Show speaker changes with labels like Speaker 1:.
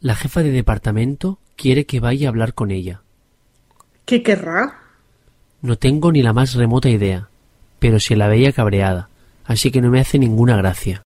Speaker 1: La jefa de departamento quiere que vaya a hablar con ella.
Speaker 2: ¿Qué querrá?
Speaker 1: No tengo ni la más remota idea, pero se la veía cabreada, así que no me hace ninguna gracia.